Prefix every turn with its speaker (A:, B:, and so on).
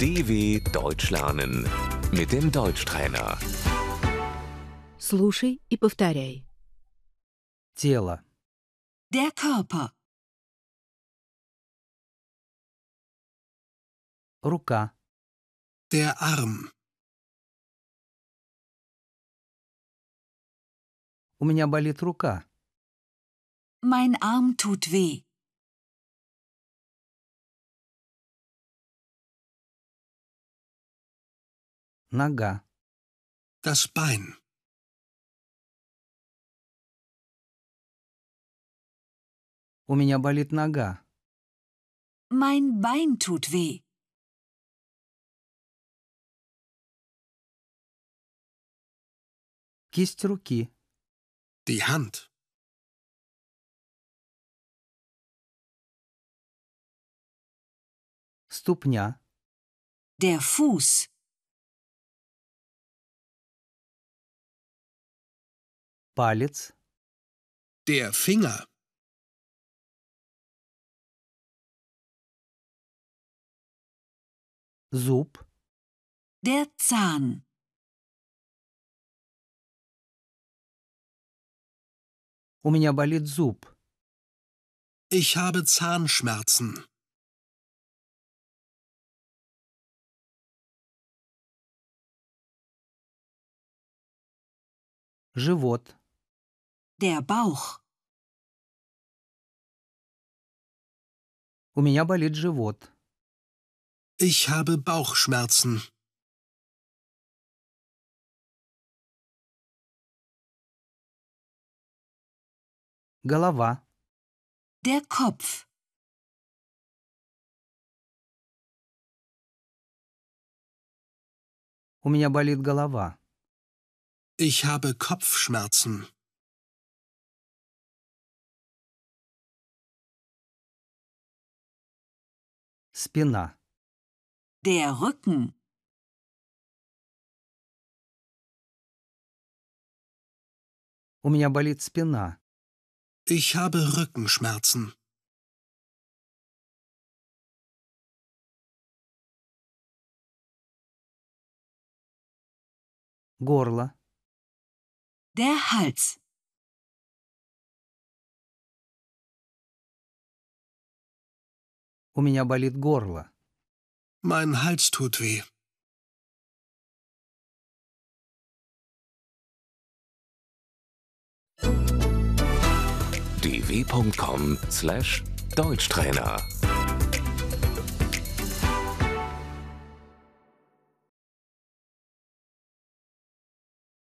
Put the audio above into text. A: DW Deutsch lernen mit dem Deutschtrainer.
B: Слушай и повторяй.
C: Тело.
D: Der Körper,
C: Рука.
E: Der Arm.
C: У меня болит рука.
D: mein Arm tut weh,
C: Нога.
E: Das Bein.
C: У меня болит нога.
D: mein Bein tut weh,
C: Кисть руки.
E: Die Hand.
C: Ступня.
D: der Fuß,
C: Палец.
E: Der Finger.
C: Зуб.
D: der Zahn,
C: У меня болит зуб.
E: Ich habe Zahnschmerzen.
C: Живот.
D: der Bauch,
C: У меня болит живот.
E: Ich habe Bauchschmerzen.
C: Голова.
D: der Kopf,
C: У меня болит голова.
E: Ich habe Kopfschmerzen.
C: Спина.
D: der Rücken,
C: У меня болит спина.
E: Ich habe Rückenschmerzen.
C: Горло.
D: der Hals,
C: У меня болит горло.
E: Mein Hals tut weh.
A: dw.com/deutschtrainer